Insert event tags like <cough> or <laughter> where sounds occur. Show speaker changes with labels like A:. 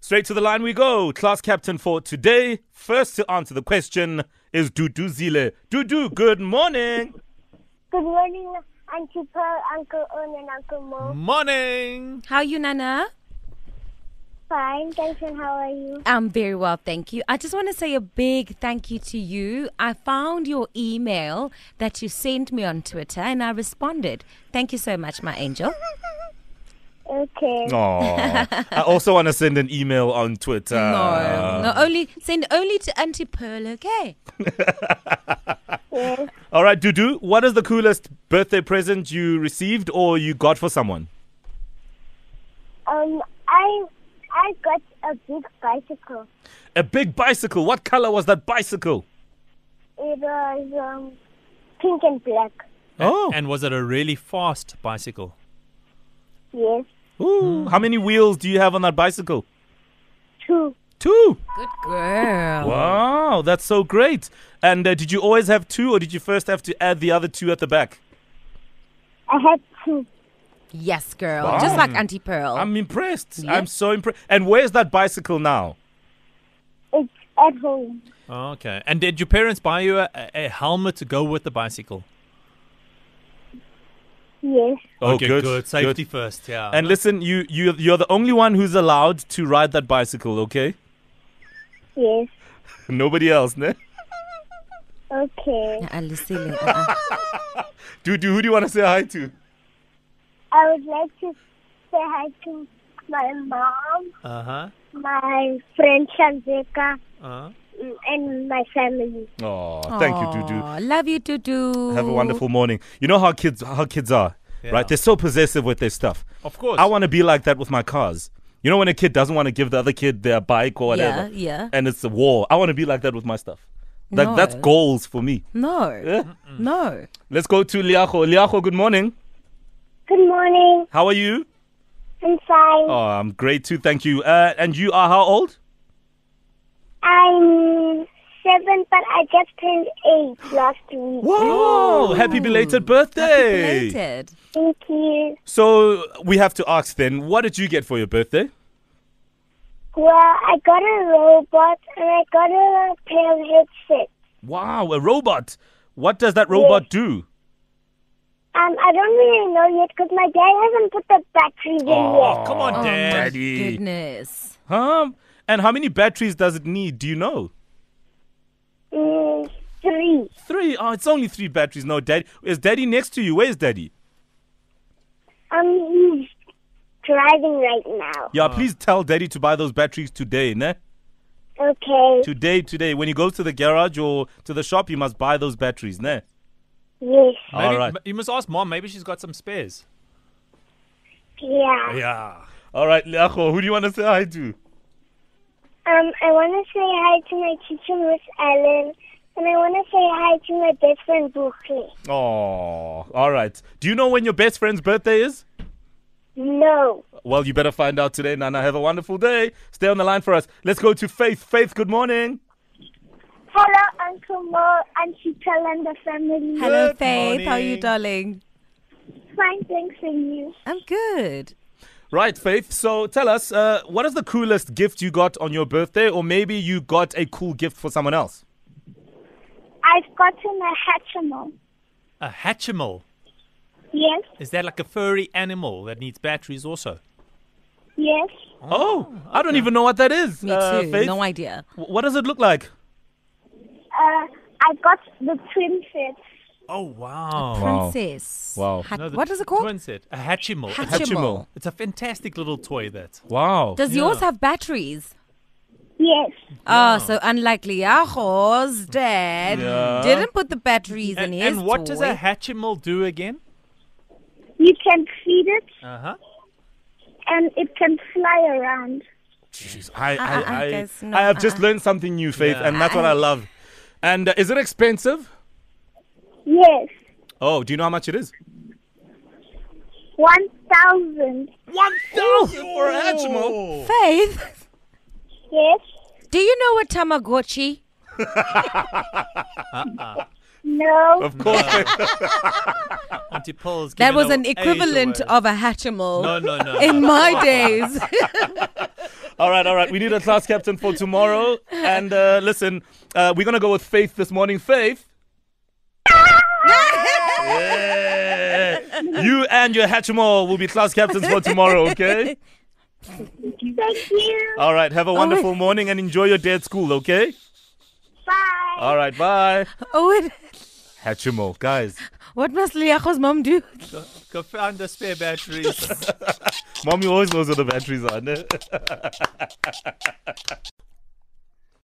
A: Straight to the line we go. Class captain for today. First to answer the question is Dudu Zile. Dudu, good morning.
B: Good morning, Auntie Pearl, Uncle On, and Uncle
A: Mm.
B: Mo.
C: Morning.
D: How are you, Nana?
B: Fine, thanks, and how are you?
D: I'm very well, thank you. I just want to say a big thank you to you. I found your email that you sent me on Twitter and I responded. Thank you so much, my angel.
B: Okay.
C: <laughs>
A: Aww. I also want to send an email on Twitter.
D: <laughs>
A: Uh.
D: no, no, only send only to Auntie Pearl, okay?
B: Yes.
A: All right, Dudu, what is the coolest birthday present you received or you got for someone?
B: Um, I I got a big bicycle.
A: A big bicycle. What color was that bicycle?
B: It was um, pink and black.
A: Oh.
C: And was it a really fast bicycle?
B: Yes.
C: Hmm.
A: Ooh. How many wheels do you have on that bicycle?
B: Two.
A: Two.
D: Good girl.
A: Wow, that's so great. And uh, did you always have two or did you first have to add the other two at the back?
B: I had two.
D: Yes, girl.
A: Wow.
D: Just like Auntie Pearl.
A: I'm impressed.
D: Oh. Yeah.
A: I'm so impressed. And where's that bicycle now?
B: It's at home.
C: Oh, Okay. And did your parents buy you a, a helmet to go with the bicycle?
B: Yes.
C: okay, Safety first, yeah.
A: Oh, And listen, you you you're the only one who's allowed to ride that bicycle, okay?
B: Yes.
A: <laughs> Nobody else, <laughs> ne?
B: Okay.
D: Uh, Lucille,
A: <laughs>
D: uh-uh.
A: Dudu, who do you want to say hi to?
B: I would like to say hi to my mom,
C: uh-huh.
B: my friend Shanzeka,
C: Uh-huh.
B: and my family.
A: Oh, thank you, Dudu.
D: Aw, Love you, Dudu.
A: Have a wonderful morning. You know how kids how kids are,
C: Yeah.
A: right? They're so possessive with their stuff.
C: Of course.
A: I want to be like that with my cars. You know when a kid doesn't want to give the other kid their bike or
D: Yeah,
A: whatever,
D: yeah.
A: and it's a war. I want to be like that with my stuff. Like
D: No.
A: that's goals for me. Eh?
D: No. No.
A: Let's go to Liacho. Liacho, good morning.
B: Good morning.
A: How are you?
B: I'm fine.
A: Oh, I'm great too. Thank you. Uh, and you are how old?
B: I'm seven, but I just turned eight last week.
A: Whoa! Oh, Happy belated birthday.
D: Mm. Belated.
B: Thank you.
A: So we have to ask then, what did you get for your birthday?
B: Well, I got a robot and I got a pair of headsets.
A: Wow, a robot. What does that robot do?
B: Um, I don't really know yet because my dad hasn't put the batteries in
A: Oh,
B: yet.
A: come on,
D: Oh,
A: Dad.
D: my
A: Daddy.
D: goodness.
A: Huh? And how many batteries does it need? Do you know?
B: Mm, three.
A: Three. Oh, it's only three batteries. No, Daddy. Is Daddy next to you? Where's Daddy?
B: Um, he's driving right now.
D: Oh.
A: Yeah, please tell Daddy to buy those batteries today, ne?
B: Okay.
A: Today, today. When he goes to the garage or to the shop, you must buy those batteries, ne?
B: Yes.
A: All
C: Maybe-
A: right.
C: You must ask mom. Maybe she's got some spares.
B: Yeah.
C: Yeah.
A: All right, Leacho, who do you want to say hi to?
B: Um, I want to say hi to my teacher, Miss Ellen, and I want to say hi to my best friend, Buckley.
A: Oh, all right. Do you know when your best friend's birthday is?
B: No.
A: Well, you better find out today, Nana. Have a wonderful day. Stay on the line for us. Let's go to Faith. Faith, good morning.
B: Hello, Uncle Mo, Auntie Pell, and the family.
D: Hello,
C: Good
D: Faith. How are you,
C: morning.
D: darling?
B: Fine, thanks for you.
D: I'm good.
A: Right, Faith. So tell us, uh, what is the coolest gift you got on your birthday, or maybe you got a cool gift for someone else?
B: I've gotten a Hatchimal.
C: A Hatchimal.
B: Yes,
C: Is that like a furry animal that needs batteries also?
B: yes.
A: Oh, I don't even know what that is.
D: Me
A: uh,
D: too.
A: Faith.
D: No idea.
A: W- what does it look like?
B: Uh, I got the twin sets.
C: Oh, wow.
A: Wow.
D: Princess.
A: Wow.
D: Hat-
C: No, the
D: what is it called?
C: Twin set. A Hatchimal.
D: Hatchimal.
C: It's a fantastic little toy, that.
A: Wow.
D: Does yours
C: Yeah.
D: have batteries?
B: Yes.
D: Oh, so unlikely. Yahoo's dad
A: Yeah.
D: didn't put the batteries
C: And,
D: in his
C: and what does a
D: toy.
C: Hatchimal do again?
B: You can feed it,
C: Uh huh.
B: and it can fly around.
A: Jeez, I, I,
D: Uh-uh,
A: I,
D: guys, no,
A: I have just
D: uh-uh.
A: learned something new, Faith,
C: Yeah.
A: and that's what I love. And uh, is it expensive?
B: Yes.
A: Oh, do you know how much it is?
B: 1,000.
A: One thousand for a Hatchimal.
D: Faith, <laughs>
B: Yes.
D: do you know what Tamagotchi?
B: No.
A: Of course.
C: Auntie Paul's
D: That
C: giving
D: was an
C: away-
D: equivalent <laughs>
C: away.
D: of a Hatchimal <laughs>
C: No, no, no.
D: in my days.
A: <laughs> All right, all right. We need a class captain for
D: <laughs>
A: tomorrow. And uh, listen, uh, we're going to go with Faith this morning. Faith. Yeah. You and your Hatchimal will be class captains for tomorrow, okay?
B: Thank you.
A: All right,
D: Oh
A: have a wonderful morning and enjoy your day at school, okay?
B: Bye.
A: All right, bye.
D: Owen,
A: Hatchimal, guys.
D: Oh, what must Liacho's mom do?
C: Go, go find the spare batteries.
A: Mommy always knows where the batteries are. no?